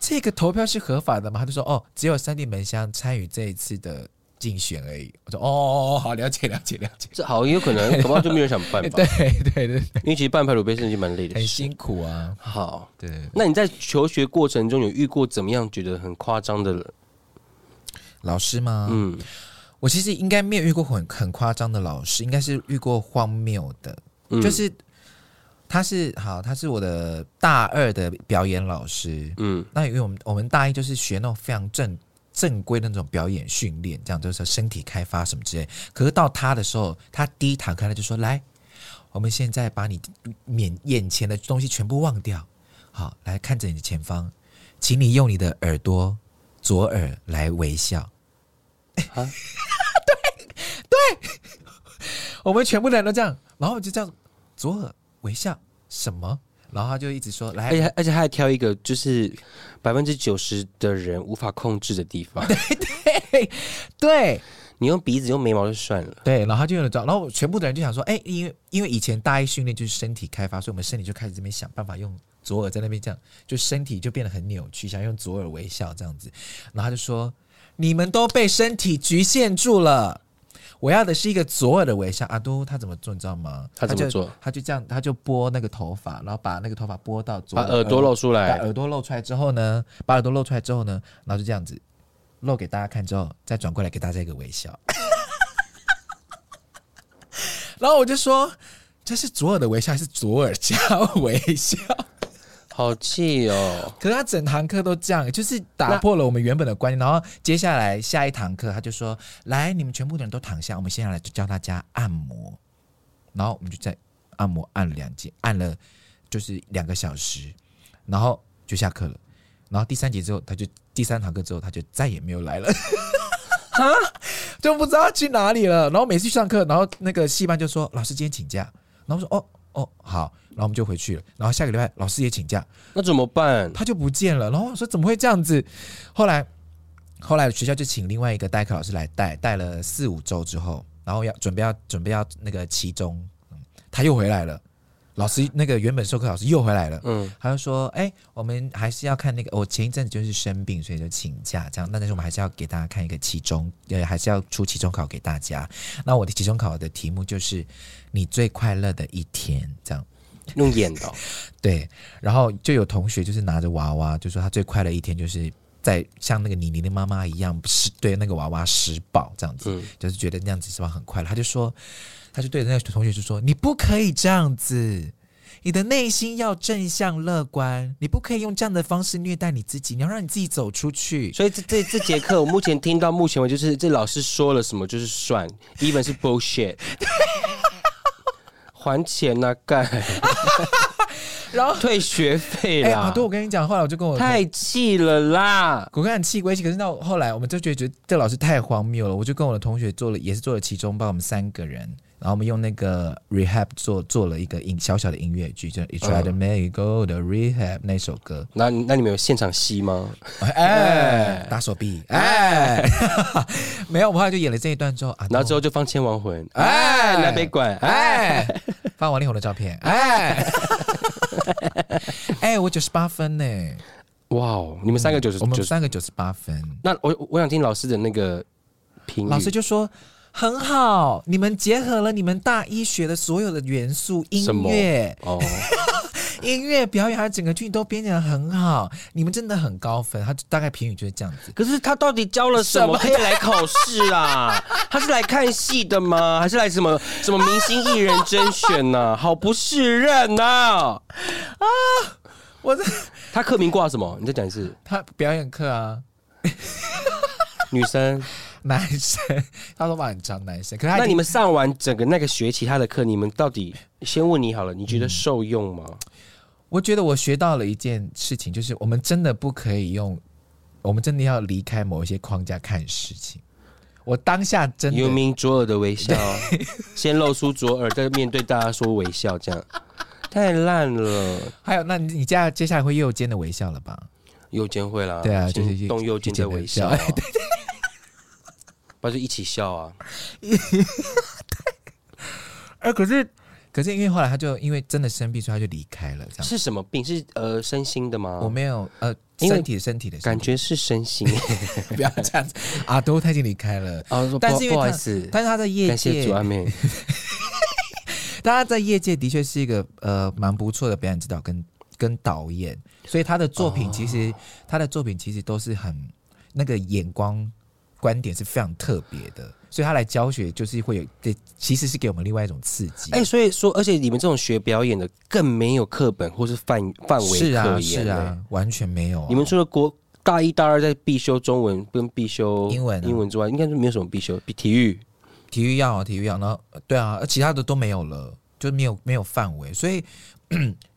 [SPEAKER 2] 这个投票是合法的吗？他就说，哦，只有三 D 门乡参与这一次的竞选而已。我说，哦哦哦，好，了解了解了解。
[SPEAKER 1] 这好也有可能，恐怕就没有人想办吧
[SPEAKER 2] 对。对对，
[SPEAKER 1] 因为其实办排鲁杯是一件蛮累的
[SPEAKER 2] 很
[SPEAKER 1] 事。
[SPEAKER 2] 辛苦啊，
[SPEAKER 1] 好，
[SPEAKER 2] 对。
[SPEAKER 1] 那你在求学过程中有遇过怎么样觉得很夸张的人？
[SPEAKER 2] 老师吗？
[SPEAKER 1] 嗯，
[SPEAKER 2] 我其实应该没有遇过很很夸张的老师，应该是遇过荒谬的，
[SPEAKER 1] 嗯
[SPEAKER 2] 就是他是好，他是我的大二的表演老师。
[SPEAKER 1] 嗯
[SPEAKER 2] 那因为我们我们大一就是学那种非常正正规的那种表演训练，这样就是身体开发什么之类。可是到他的时候，他第一堂课他就说：“来，我们现在把你眼眼前的东西全部忘掉，好，来看着你的前方，请你用你的耳朵左耳来微笑。”
[SPEAKER 1] 啊，
[SPEAKER 2] 我们全部的人都这样，然后我就这样左耳微笑什么，然后他就一直说来
[SPEAKER 1] 而，且还而且他还挑一个就是百分之九十的人无法控制的地方，
[SPEAKER 2] 对
[SPEAKER 1] 你用鼻子用眉毛就算了。
[SPEAKER 2] 对，然后他就有点这样，然后我全部的人就想说，哎，因为因为以前大一训练就是身体开发，所以我们身体就开始这边想办法用左耳在那边这样，就身体就变得很扭曲，想用左耳微笑这样子，然后他就说你们都被身体局限住了。我要的是一个左耳的微笑。阿都他怎么做你知道吗？
[SPEAKER 1] 他怎么
[SPEAKER 2] 就
[SPEAKER 1] 做？
[SPEAKER 2] 他就这样，他就拨那个头发，然后把那个头发拨到左
[SPEAKER 1] 把耳朵露出
[SPEAKER 2] 把
[SPEAKER 1] 来，
[SPEAKER 2] 耳朵露出来之后呢，把耳朵露出来之后呢，然后就这样子露给大家看之后，再转过来给大家一个微笑。 然后我就说，这是左耳的微笑还是左耳加微笑？
[SPEAKER 1] 好气哦！
[SPEAKER 2] 可是他整堂课都这样，就是打破了我们原本的观念。然后接下来下一堂课，他就说：“来，你们全部的人都躺下，我们接下来就教大家按摩。”然后我们就在按摩按了两节，按了就是两个小时，然后就下课了。然后第三节之后，他就第三堂课之后，他就再也没有来了。就不知道去哪里了。然后每次去上课，然后那个戏班就说老师今天请假，然后我说哦哦好，然后我们就回去了。然后下个礼拜老师也请假，
[SPEAKER 1] 那怎么办？
[SPEAKER 2] 他就不见了。然后我说怎么会这样子？后来后来学校就请另外一个代课老师来带，带了四五周之后，然后要准备要准备要那个期中，嗯他又回来了。老师那个原本授课老师又回来了，
[SPEAKER 1] 嗯，
[SPEAKER 2] 他就说：“哎、我们还是要看那个，我前一阵子就是生病，所以就请假这样。那但是我们还是要给大家看一个期中，呃，还是要出期中考给大家。那我的期中考的题目就是你最快乐的一天，这样
[SPEAKER 1] 用演的哦、
[SPEAKER 2] 对。然后就有同学就是拿着娃娃，就说他最快乐一天就是在像那个妮妮的妈妈一样施对那个娃娃施暴这样子，
[SPEAKER 1] 嗯
[SPEAKER 2] 就是觉得那样子是吧很快乐。他就说，他就对着那个同学就说：“你不可以这样子，你的内心要正向乐观，你不可以用这样的方式虐待你自己，你要让你自己走出 去。
[SPEAKER 1] 所以这这这节课，我目前听到目前为止，就是这老师说了什么就是算，even 是 bullshit，还钱呐、干，
[SPEAKER 2] 然后，
[SPEAKER 1] 退学费
[SPEAKER 2] 哎、
[SPEAKER 1] 啦，
[SPEAKER 2] 啊，对，我跟你讲，后来我就跟我
[SPEAKER 1] 太气了啦！
[SPEAKER 2] 我跟很气归气，可是到后来我们就觉得觉得这老师太荒谬了，我就跟我的同学做了，也是做了其中，包括我们三个人，然后我们用那个 rehab 做做了一个音小小的音乐剧，就是 It Tried to Make You Go 的 Rehab 那首歌，
[SPEAKER 1] 那你那你们有现场吸吗？
[SPEAKER 2] 哎，打手臂，哎，没有，我们后来就演了这一段之后啊，
[SPEAKER 1] 然后之后就放《千王魂》，
[SPEAKER 2] 哎
[SPEAKER 1] 哎，南北馆，哎，
[SPEAKER 2] 哎，发王力宏的照片，哎，哎，我九十八分呢，
[SPEAKER 1] 哇哦，你们三个九十
[SPEAKER 2] 我们
[SPEAKER 1] 九十，
[SPEAKER 2] 三个九十八分。
[SPEAKER 1] 那我我想听老师的那个评语，
[SPEAKER 2] 老师就说很好，你们结合了你们大一学的所有的元素，
[SPEAKER 1] 什
[SPEAKER 2] 音
[SPEAKER 1] 么
[SPEAKER 2] 乐、
[SPEAKER 1] 哦，
[SPEAKER 2] 音乐表演，还有整个剧都编得很好，你们真的很高分。他大概评语就是这样 子。
[SPEAKER 1] 可是他到底教了什么可以来考试 啊？他是来看戏的吗？还是来什么什么明星艺人甄选 呢、好不是人呐、啊
[SPEAKER 2] 我在
[SPEAKER 1] 他课名挂什么？你再讲一次。
[SPEAKER 2] 他表演课啊，
[SPEAKER 1] 女生，
[SPEAKER 2] 男生 他头发很长，男生。可是他已
[SPEAKER 1] 那
[SPEAKER 2] 经
[SPEAKER 1] 你们上完整个那个学期他的课，你们到底先问你好了，你觉得受用吗？
[SPEAKER 2] 我觉得我学到了一件事情，就是我们真的不可以用我们真的要离开某一些框架看事情。我当下真
[SPEAKER 1] 幽
[SPEAKER 2] 的，
[SPEAKER 1] 冥左耳的微笑， 先露出左耳，再面对大家说微笑， 这样太烂了。
[SPEAKER 2] 还有，那你你接下接下来会右肩的微笑了吧？
[SPEAKER 1] 右肩会啦，
[SPEAKER 2] 对啊
[SPEAKER 1] 请
[SPEAKER 2] 就是
[SPEAKER 1] 动右肩再微笑、
[SPEAKER 2] 右
[SPEAKER 1] 啊
[SPEAKER 2] 肩，
[SPEAKER 1] 不然就一起笑啊。
[SPEAKER 2] 哎，可是可是因为后来他就因为真的生病，所以他就离开了。这样，
[SPEAKER 1] 是什么病？是呃身心的吗？
[SPEAKER 2] 我没有呃，
[SPEAKER 1] 因为
[SPEAKER 2] 身体身体的
[SPEAKER 1] 感
[SPEAKER 2] 身体
[SPEAKER 1] 觉是身 心。
[SPEAKER 2] 不要这样子啊，都他已经离开了。
[SPEAKER 1] 哦，
[SPEAKER 2] 但是
[SPEAKER 1] 不
[SPEAKER 2] 因为
[SPEAKER 1] 不好
[SPEAKER 2] 他
[SPEAKER 1] 意思，
[SPEAKER 2] 但是他在业
[SPEAKER 1] 感谢
[SPEAKER 2] 界
[SPEAKER 1] 主，阿啊妹。
[SPEAKER 2] 但他在业界的确是一个呃蛮不错的表演指导跟跟导演，所以他的作品其
[SPEAKER 1] 哦
[SPEAKER 2] 实、他的作品其实都是很那个眼光观点是非常特别的，所以他来教学就是会有对，其实是给我们另外一种刺激。
[SPEAKER 1] 哎、所以说，而且你们这种学表演的，更没有课本或是范范围可
[SPEAKER 2] 是
[SPEAKER 1] 言、
[SPEAKER 2] 啊是，啊，完全没有啊、
[SPEAKER 1] 你们除了国大一、大二在必修中文跟必修
[SPEAKER 2] 英文啊
[SPEAKER 1] 英文之外，应该是没有什么必修。比体育
[SPEAKER 2] 体育要啊，体育要，然后呃对啊，呃其他的都没有了，就没有没有范围，所以。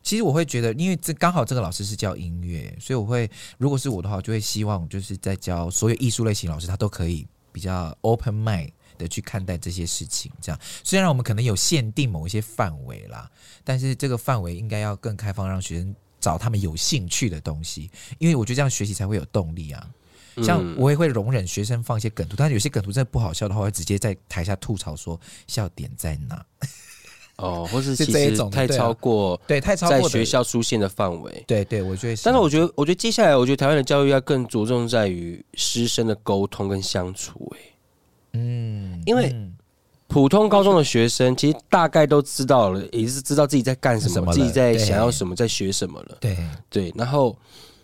[SPEAKER 2] 其实我会觉得，因为这刚好这个老师是教音乐，所以我会，如果是我的话，我就会希望就是在教所有艺术类型老师，他都可以比较 open mind 的去看待这些事情。这样，虽然我们可能有限定某一些范围啦，但是这个范围应该要更开放，让学生找他们有兴趣的东西，因为我觉得这样学习才会有动力啊。像
[SPEAKER 1] 嗯
[SPEAKER 2] 我也会容忍学生放一些梗图，但有些梗图真的不好笑的话，我会直接在台下吐槽说笑点在哪。
[SPEAKER 1] 哦，或是
[SPEAKER 2] 是
[SPEAKER 1] 其
[SPEAKER 2] 这一
[SPEAKER 1] 实
[SPEAKER 2] 种
[SPEAKER 1] 太
[SPEAKER 2] 对啊
[SPEAKER 1] 超过
[SPEAKER 2] 对，太超
[SPEAKER 1] 在
[SPEAKER 2] 过
[SPEAKER 1] 学
[SPEAKER 2] 的。
[SPEAKER 1] 校出现的范围。
[SPEAKER 2] 对对，我觉得。
[SPEAKER 1] 但是我觉得，我觉得接下来，我觉得台湾的教育要更着重在于师生的沟通跟相处、欸。
[SPEAKER 2] 嗯，
[SPEAKER 1] 因为
[SPEAKER 2] 嗯
[SPEAKER 1] 普通高中的学生其实大概都知道了，也是知道自己在干什么，
[SPEAKER 2] 什么了
[SPEAKER 1] 自己在
[SPEAKER 2] 对
[SPEAKER 1] 想要什么，在学什么了。
[SPEAKER 2] 对
[SPEAKER 1] 对，然后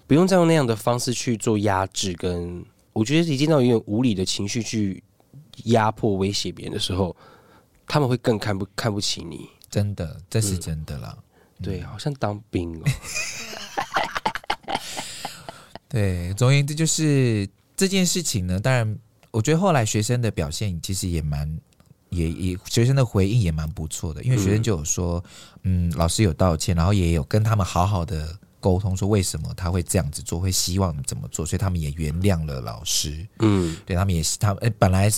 [SPEAKER 1] 不用再用那样的方式去做压制跟，我觉得已经到有点无理的情绪去压迫、威胁别人的时候，他们会更看不看不起你。
[SPEAKER 2] 真的，这
[SPEAKER 1] 嗯
[SPEAKER 2] 是真的啦。
[SPEAKER 1] 对，
[SPEAKER 2] 嗯
[SPEAKER 1] 好像当兵哦、
[SPEAKER 2] 对，总而言之就是这件事情呢，当然，我觉得后来学生的表现其实也蛮。也也学生的回应也蛮不错的，因为学生就有说，嗯老师有道歉，然后也有跟他们好好的沟通，说为什么他会这样子做，会希望怎么做，所以他们也原谅了老师。
[SPEAKER 1] 嗯，
[SPEAKER 2] 对他们也是，他们、呃本来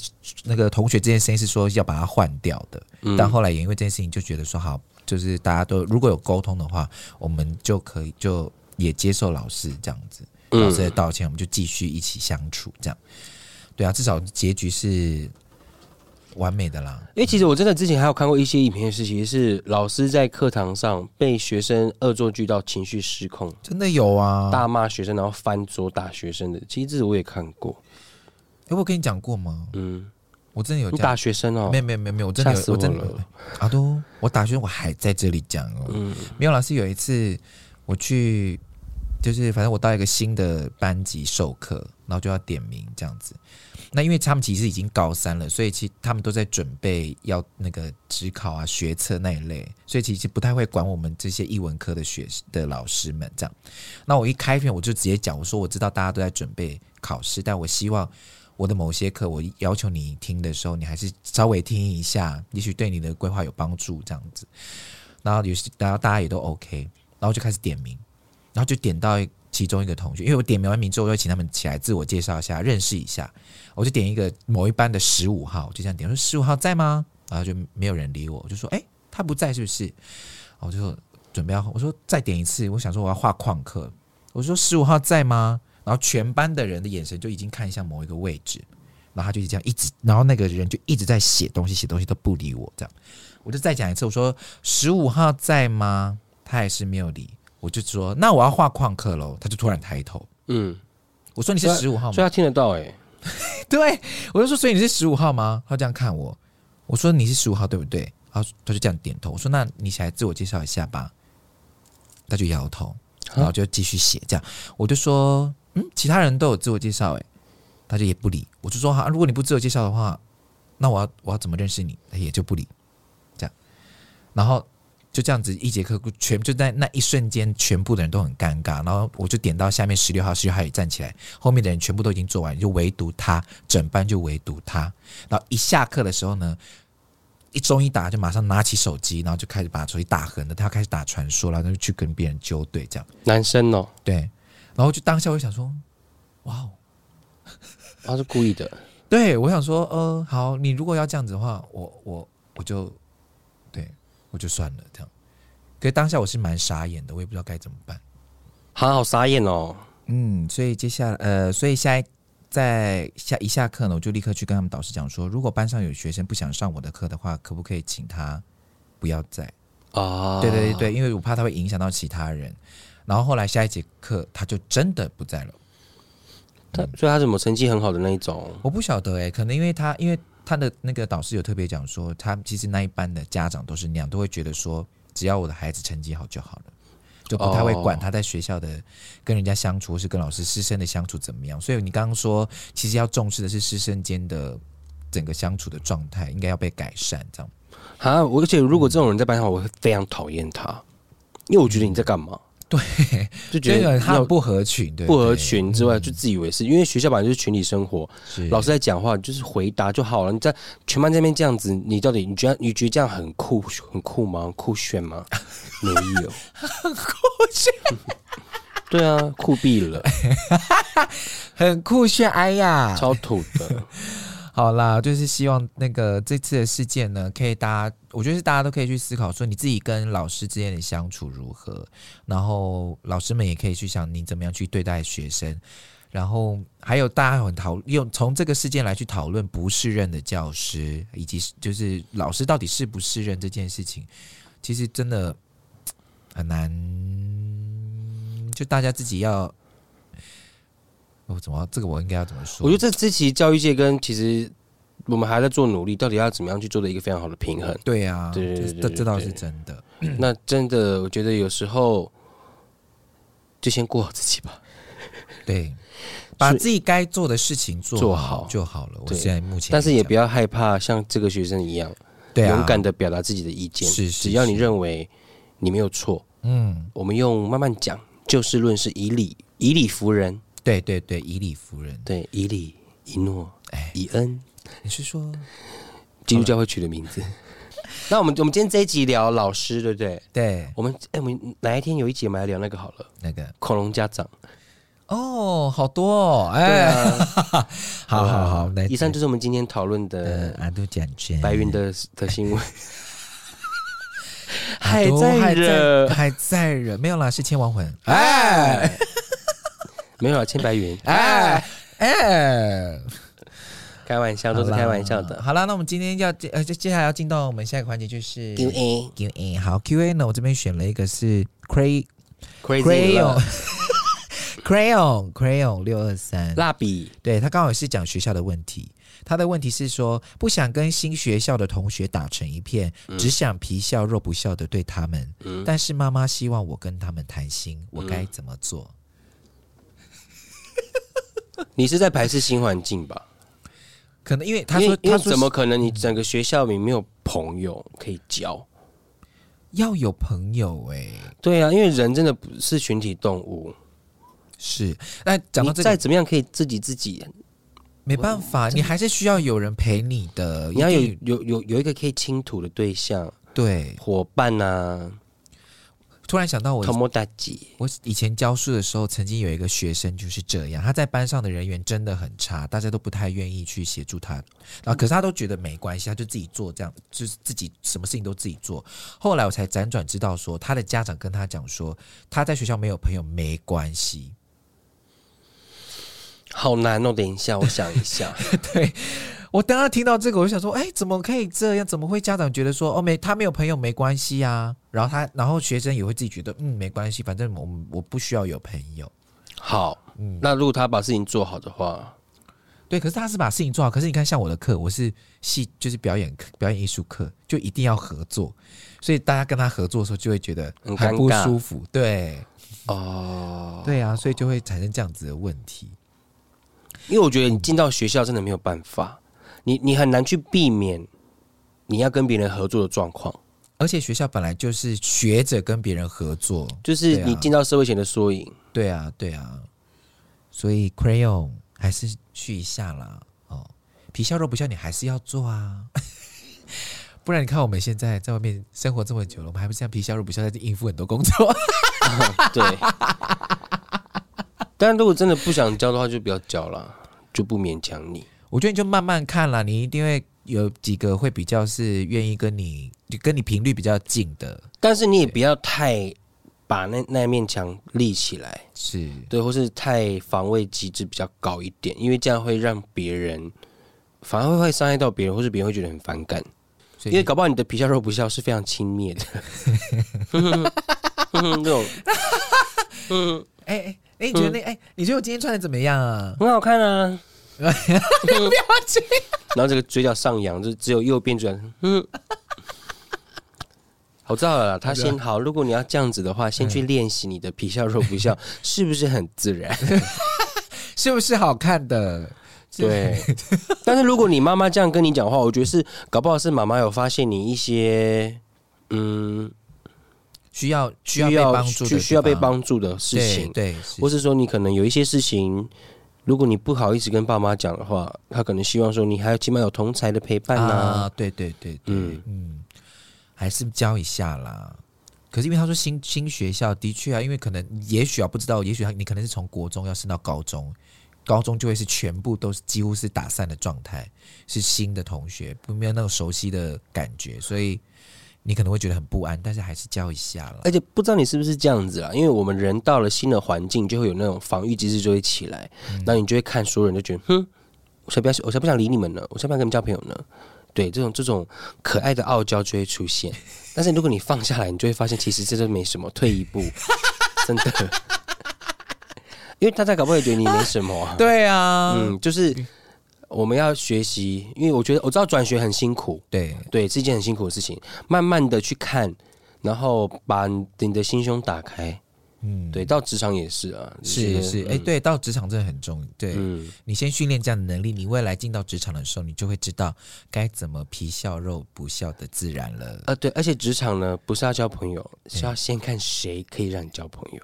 [SPEAKER 2] 那个同学这件事情是说要把它换掉的，
[SPEAKER 1] 嗯
[SPEAKER 2] 但后来也因为这件事情就觉得说好，就是大家都如果有沟通的话，我们就可以就也接受老师这样子，
[SPEAKER 1] 嗯
[SPEAKER 2] 老师的道歉，我们就继续一起相处这样。对啊，至少结局是完美的啦。
[SPEAKER 1] 因为其实我真的之前还有看过一些影片，是其实是老师在课堂上被学生恶作剧到情绪失控，
[SPEAKER 2] 真的有啊，
[SPEAKER 1] 大骂学生，然后翻桌打学生的。其实这个我也看过，
[SPEAKER 2] 哎，我跟你讲过吗？
[SPEAKER 1] 嗯，
[SPEAKER 2] 我真的有
[SPEAKER 1] 你
[SPEAKER 2] 这
[SPEAKER 1] 打
[SPEAKER 2] 样，
[SPEAKER 1] 学生哦、
[SPEAKER 2] 没有没有没有没有，我真的
[SPEAKER 1] 吓死
[SPEAKER 2] 有，
[SPEAKER 1] 我
[SPEAKER 2] 我真的有
[SPEAKER 1] 了。
[SPEAKER 2] 阿都，我打学生我还在这里讲哦。
[SPEAKER 1] 嗯
[SPEAKER 2] 没有老师有一次我去，就是反正我到一个新的班级授课，然后就要点名这样子。那因为他们其实已经高三了，所以其实他们都在准备要那个职考啊、学测那一类，所以其实不太会管我们这些艺文科的学的老师们这样。那我一开篇我就直接讲，我说我知道大家都在准备考试，但我希望我的某些课，我要求你听的时候，你还是稍微听一下，也许对你的规划有帮助这样子。然后有些，然后大家也都 OK，然后就开始点名，然后就点到其中一个同学，因为我点名完名之后，我就请他们起来自我介绍一下，认识一下。我就点一个某一班的十五号，我就这样点，我说十五号在吗？然后就没有人理我，我就说，哎、他不在是不是？然后我就说准备要，我说再点一次，我想说我要画旷课，我说十五号在吗？然后全班的人的眼神就已经看向某一个位置，然后他就这样一直，然后那个人就一直在写东西，写东西都不理我，这样，我就再讲一次，我说十五号在吗？他还是没有理，我就说那我要画旷课喽，他就突然抬头，
[SPEAKER 1] 嗯，
[SPEAKER 2] 我说你是
[SPEAKER 1] 所以
[SPEAKER 2] 十五号吗
[SPEAKER 1] 所以？他听得到哎、
[SPEAKER 2] 对，我就说，所以你是十五号吗？他这样看我，我说你是十五号对不对？然后他就这样点头，我说那你起来自我介绍一下吧，他就摇头，然
[SPEAKER 1] 啊
[SPEAKER 2] 后就继续写这样，我就说嗯，其他人都有自我介绍哎，他就也不理，我就说好、啊，如果你不自我介绍的话，那我要我要怎么认识你？他也就不理，这样，然后。就这样子，一节课全就在那一瞬间，全部的人都很尴尬。然后我就点到下面十六号，十六号也站起来，后面的人全部都已经做完，就唯独他，整班就唯独他。然后一下课的时候呢，一中一打就马上拿起手机，然后就开始把手机打横的，他开始打传说，然后就去跟别人纠对这样。
[SPEAKER 1] 男生哦、
[SPEAKER 2] 对，然后就当下我就想说，哇哦，
[SPEAKER 1] 他是故意的。
[SPEAKER 2] 对我想说，呃，好，你如果要这样子的话，我我我就对我就算了这样。可是当下我是蛮傻眼的，我也不知道该怎么办。
[SPEAKER 1] 好好傻眼哦！
[SPEAKER 2] 嗯，所以接下来，呃，所以下一在下一下课呢，我就立刻去跟他们导师讲说，如果班上有学生不想上我的课的话，可不可以请他不要在？
[SPEAKER 1] 啊，
[SPEAKER 2] 对对对，对，因为我怕他会影响到其他人。然后后来下一节课他就真的不在了，
[SPEAKER 1] 他所以他怎么成绩很好的那一种？
[SPEAKER 2] 我不晓得哎、可能因为他因为他的那个导师有特别讲说，他其实那一班的家长都是那样，都会觉得说，只要我的孩子成绩好就好了。就不太会管
[SPEAKER 1] 哦
[SPEAKER 2] 他在学校的跟人家相处，或是跟老师师生的相处怎么样。所以你刚刚说，其实要重视的是师生间的整个相处的状态，应该要被改善。这样，
[SPEAKER 1] 啊，我而且如果这种人在班上，我会非常讨厌他，因为我觉得你在干嘛？对，就觉
[SPEAKER 2] 这
[SPEAKER 1] 得
[SPEAKER 2] 个他
[SPEAKER 1] 要
[SPEAKER 2] 很不合群，对
[SPEAKER 1] 不
[SPEAKER 2] 对
[SPEAKER 1] 合群之外，就自以为是，因为学校本来就是群体生活，
[SPEAKER 2] 是
[SPEAKER 1] 老师在讲话就是回答就好了。你在全班这边这样子，你到底你觉得你觉得这样很酷很酷吗？很酷炫 吗？没有，对啊，酷毙 了，
[SPEAKER 2] 很酷炫，哎呀，
[SPEAKER 1] 超土 的。
[SPEAKER 2] 好啦，就是希望那个这次的事件呢，可以大家，我觉得是大家都可以去思考，说你自己跟老师之间的相处如何，然后老师们也可以去想你怎么样去对待学生，然后还有大家很讨用从这个事件来去讨论不适任的教师，以及就是老师到底适不适任这件事情，其实真的很难，就大家自己要。我、怎么这个我应该要怎么说？
[SPEAKER 1] 我觉得这这期教育界跟其实我们还在做努力，到底要怎么样去做的一个非常好的平衡。
[SPEAKER 2] 对呀，
[SPEAKER 1] 对对
[SPEAKER 2] 就是
[SPEAKER 1] 对
[SPEAKER 2] 这
[SPEAKER 1] 对
[SPEAKER 2] 这倒
[SPEAKER 1] 对
[SPEAKER 2] 是真的。
[SPEAKER 1] 那真的，我觉得有时候就先过好自己吧。
[SPEAKER 2] 对，把自己该做的事情做
[SPEAKER 1] 做
[SPEAKER 2] 好
[SPEAKER 1] 好
[SPEAKER 2] 就好了。我
[SPEAKER 1] 对
[SPEAKER 2] 现在目前，
[SPEAKER 1] 但是也不
[SPEAKER 2] 要
[SPEAKER 1] 要害怕像这个学生一样，
[SPEAKER 2] 对啊，
[SPEAKER 1] 勇敢的表达自己的意见。
[SPEAKER 2] 是是
[SPEAKER 1] 只要你
[SPEAKER 2] 是
[SPEAKER 1] 认为你没有错，
[SPEAKER 2] 嗯，
[SPEAKER 1] 我们用慢慢讲，就事论事，以理以理服人。
[SPEAKER 2] 对对对，以理服人。
[SPEAKER 1] 对，以理以诺
[SPEAKER 2] 哎，
[SPEAKER 1] 以恩，
[SPEAKER 2] 你是说
[SPEAKER 1] 基督教会取的名字。那我们我们今天这一集聊老师，对不对？
[SPEAKER 2] 对
[SPEAKER 1] 我们哎、我们哪一天有一集我们来聊那个好了，
[SPEAKER 2] 那个？
[SPEAKER 1] 恐龙家长。
[SPEAKER 2] 哦，好多哦，哎，
[SPEAKER 1] 啊
[SPEAKER 2] 好好好，来，
[SPEAKER 1] 以上就是我们今天讨论
[SPEAKER 2] 呃哎
[SPEAKER 1] 的，
[SPEAKER 2] 阿杜讲真，
[SPEAKER 1] 白云的的新闻，
[SPEAKER 2] 阿
[SPEAKER 1] 还
[SPEAKER 2] 杜
[SPEAKER 1] 在
[SPEAKER 2] 还在
[SPEAKER 1] 惹， 啊
[SPEAKER 2] 还在惹，没有啦，是千王魂。 哎
[SPEAKER 1] 没有啊，千白云，
[SPEAKER 2] 哎哎，
[SPEAKER 1] 开玩笑，都是
[SPEAKER 2] 好啦
[SPEAKER 1] 开玩笑的。
[SPEAKER 2] 好啦，那我们今天要进呃，接接下来要进到我们下一个环节就是
[SPEAKER 1] Q&A
[SPEAKER 2] Q&A。好，Q&A 呢，我这边选了一个是 Cray
[SPEAKER 1] crazy
[SPEAKER 2] Crayon
[SPEAKER 1] 了
[SPEAKER 2] Crayon Crayon 六二三，
[SPEAKER 1] 蜡笔，
[SPEAKER 2] 对他刚好也是讲学校的问题。他的问题是说，不想跟新学校的同学打成一片，只想皮笑肉不笑的对他们。
[SPEAKER 1] 嗯，
[SPEAKER 2] 但是妈妈希望我跟他们谈心，我该怎么做？
[SPEAKER 1] 你是在排斥新环境吧？
[SPEAKER 2] 可能因为他
[SPEAKER 1] 因
[SPEAKER 2] 说
[SPEAKER 1] 为因
[SPEAKER 2] 他
[SPEAKER 1] 为
[SPEAKER 2] 说
[SPEAKER 1] 怎么可能？你整个学校里没有朋友可以交？
[SPEAKER 2] 要有朋友哎、
[SPEAKER 1] 对啊，因为人真的不是群体动物，
[SPEAKER 2] 是那讲到
[SPEAKER 1] 你
[SPEAKER 2] 这
[SPEAKER 1] 再
[SPEAKER 2] 个
[SPEAKER 1] 怎么样可以自己自己，
[SPEAKER 2] 没办法，你还是需要有人陪你的，
[SPEAKER 1] 你要有
[SPEAKER 2] 一定
[SPEAKER 1] 有有有一个可以倾吐的对象，
[SPEAKER 2] 对。
[SPEAKER 1] 伙伴呐，
[SPEAKER 2] 突然想到我
[SPEAKER 1] 头摸大姐。
[SPEAKER 2] 我以前教书的时候，曾经有一个学生就是这样，他在班上的人缘真的很差，大家都不太愿意去协助他，然后可是他都觉得没关系，他就自己做，这样就是自己什么事情都自己做。后来我才辗转知道说，他的家长跟他讲说，他在学校没有朋友没关系，
[SPEAKER 1] 好难哦！等一下，我想一 下。
[SPEAKER 2] 对我当时听到这个，我就想说，哎、怎么可以这样？怎么会家长觉得说，哦，没他没有朋友没关系啊？然后他，然后学生也会自己觉得，嗯，没关系，反正我我不需要有朋友。
[SPEAKER 1] 好，那如果他把事情做好的话，
[SPEAKER 2] 对，可是他是把事情做好。可是你看，像我的课，我是戏，就是表演课、表演艺术课，就一定要合作，所以大家跟他合作的时候，就会觉得
[SPEAKER 1] 很
[SPEAKER 2] 很
[SPEAKER 1] 尴
[SPEAKER 2] 不
[SPEAKER 1] 尬
[SPEAKER 2] 舒服。对，
[SPEAKER 1] 哦，
[SPEAKER 2] 对啊，所以就会产生这样子的问题。
[SPEAKER 1] 因为我觉得你进到学校真的没有办法，你你很难去避免你要跟别人合作的状况，
[SPEAKER 2] 而且学校本来就是学着跟别人合作，
[SPEAKER 1] 就是
[SPEAKER 2] 对啊
[SPEAKER 1] 你进到社会前的缩影。
[SPEAKER 2] 对啊，对啊，所以 crayon 还是去一下啦。哦，皮笑肉不笑，你还是要做啊。 不然你看我们现在在外面生活这么久了，我们还不是像皮笑肉不笑在应付很多工作？
[SPEAKER 1] 对， 但如果真的不想教的话，就不要教啦，就不勉强你。
[SPEAKER 2] 我觉得你就慢慢看啦，你一定会有几个会比较是愿意跟你就跟你频率比较近的，
[SPEAKER 1] 但是你也不要太把那那面墙立起来，
[SPEAKER 2] 是
[SPEAKER 1] 对，或是太防卫机制比较高一点，因为这样会让别人反而会会伤害到别人，或是别人会觉得很反感。
[SPEAKER 2] 所
[SPEAKER 1] 因为
[SPEAKER 2] 以
[SPEAKER 1] 搞不好你的皮笑肉不笑是非常轻蔑的， 这种
[SPEAKER 2] 哎
[SPEAKER 1] 嗯
[SPEAKER 2] 哎哎，你觉得那哎、你觉得我今天穿的怎么样啊？
[SPEAKER 1] 很好看啊。然后这个嘴角上扬，就只有右边嘴角。嗯，我知道了啦，他先好。如果你要这样子的话，先去练习你的皮笑肉不笑，是不是很自 然？
[SPEAKER 2] 是不是好看的？
[SPEAKER 1] 对。但是如果你妈妈这样跟你讲话，我觉得是搞不好是妈妈有发现你一些嗯
[SPEAKER 2] 需要
[SPEAKER 1] 需
[SPEAKER 2] 需要被
[SPEAKER 1] 要
[SPEAKER 2] 帮助的
[SPEAKER 1] 需需要被
[SPEAKER 2] 地方
[SPEAKER 1] 帮助的事情，
[SPEAKER 2] 对，对是
[SPEAKER 1] 或是说你可能有一些事情。如果你不好意思跟爸妈讲的话，他可能希望说你还有起码有同才的陪伴呐、
[SPEAKER 2] 啊，对对对对，嗯
[SPEAKER 1] 嗯
[SPEAKER 2] 还是教一下啦。可是因为他说新新学校的确啊，因为可能也许啊不知道，也许他你可能是从国中要升到高中，高中就会是全部都是几乎是打散的状态，是新的同学，不没有那种熟悉的感觉，所以你可能会觉得很不安，但是还是教一下啦。
[SPEAKER 1] 而且不知道你是不是这样子啊啦，因为我们人到了新的环境，就会有那种防御机制就会起来，那、你就会看所有人就觉得，哼，我才不要，我才不想理你们呢，我才不想跟你们交朋友呢。对，这种这种可爱的傲娇就会出现，但是如果你放下来，你就会发现其实这都没什么，退一步，真的， 因为大家搞不好也觉得你没什么、啊，
[SPEAKER 2] 对啊，
[SPEAKER 1] 嗯，就是我们要学习，因为我觉得我知道转学很辛苦，
[SPEAKER 2] 对，
[SPEAKER 1] 对，是一件很辛苦的事情。慢慢的去看，然后把你的心胸打开。
[SPEAKER 2] 嗯，
[SPEAKER 1] 对，到职场也是啊，
[SPEAKER 2] 是是，哎、，对，到职场真的很重，对，
[SPEAKER 1] 嗯，
[SPEAKER 2] 你先训练这样的能力，你未来进到职场的时候，你就会知道该怎么皮笑肉不笑的自然了。
[SPEAKER 1] 呃，对，而且职场呢，不是要交朋友，是要先看谁可以让你交朋友。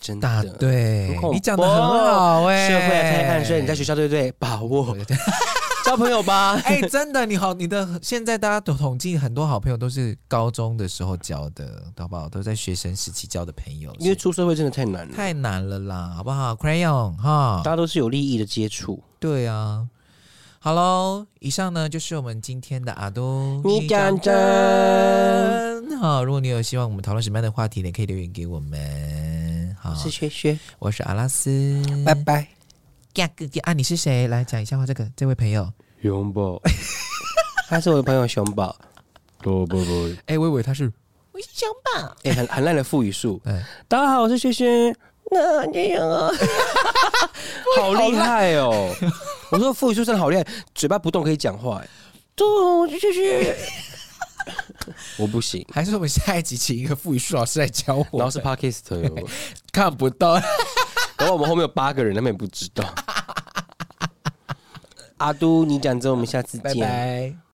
[SPEAKER 1] 真
[SPEAKER 2] 大
[SPEAKER 1] 的，
[SPEAKER 2] 对
[SPEAKER 1] 很，恐
[SPEAKER 2] 你讲的
[SPEAKER 1] 怖啊
[SPEAKER 2] 很好哎、
[SPEAKER 1] 社会太暗，所以你 在学校对不对？把握 交朋友 吧。
[SPEAKER 2] 哎、真的，你好，你的现在大家都统计很多好朋友都是高中的时候交的，好不好？都在学生时期交的朋友，
[SPEAKER 1] 因为出社会真的太难了，
[SPEAKER 2] 太难了啦，好不好？Crayon 哈
[SPEAKER 1] 大，家都是有利益的接触。
[SPEAKER 2] 对啊。好喽，以上呢就是我们今天的阿都，
[SPEAKER 1] 你讲真
[SPEAKER 2] 好，如果你有希望我们讨论什么样的话题，你可以留言给我们。好
[SPEAKER 1] 我，是学学，
[SPEAKER 2] 我是阿拉斯，
[SPEAKER 1] 嗯
[SPEAKER 3] 拜拜。
[SPEAKER 2] 嘎嘎嘎啊，你是谁？来讲一下话，这个这位朋友，
[SPEAKER 1] 熊宝， 他是我的朋友熊宝。哦不不不，
[SPEAKER 2] 哎、我以为他是，
[SPEAKER 3] 我是小宝，
[SPEAKER 1] 哎、很很烂的复语术。
[SPEAKER 2] 哎、
[SPEAKER 1] 大家好，我是轩轩，
[SPEAKER 3] 那这样啊，
[SPEAKER 1] 好厉害哦！我说复语术真的好厉害，嘴巴不动可以讲话、哎
[SPEAKER 3] 都就是
[SPEAKER 1] 我不行。
[SPEAKER 2] 还是我们下一集请一个傅语术老师来教我，
[SPEAKER 1] 然后是 Parkist，哦
[SPEAKER 2] 看不到，
[SPEAKER 1] 然后我们后面有八个人，他们也 不知道。阿都，你讲之后，我们下次
[SPEAKER 2] 拜
[SPEAKER 1] 见。
[SPEAKER 2] 拜。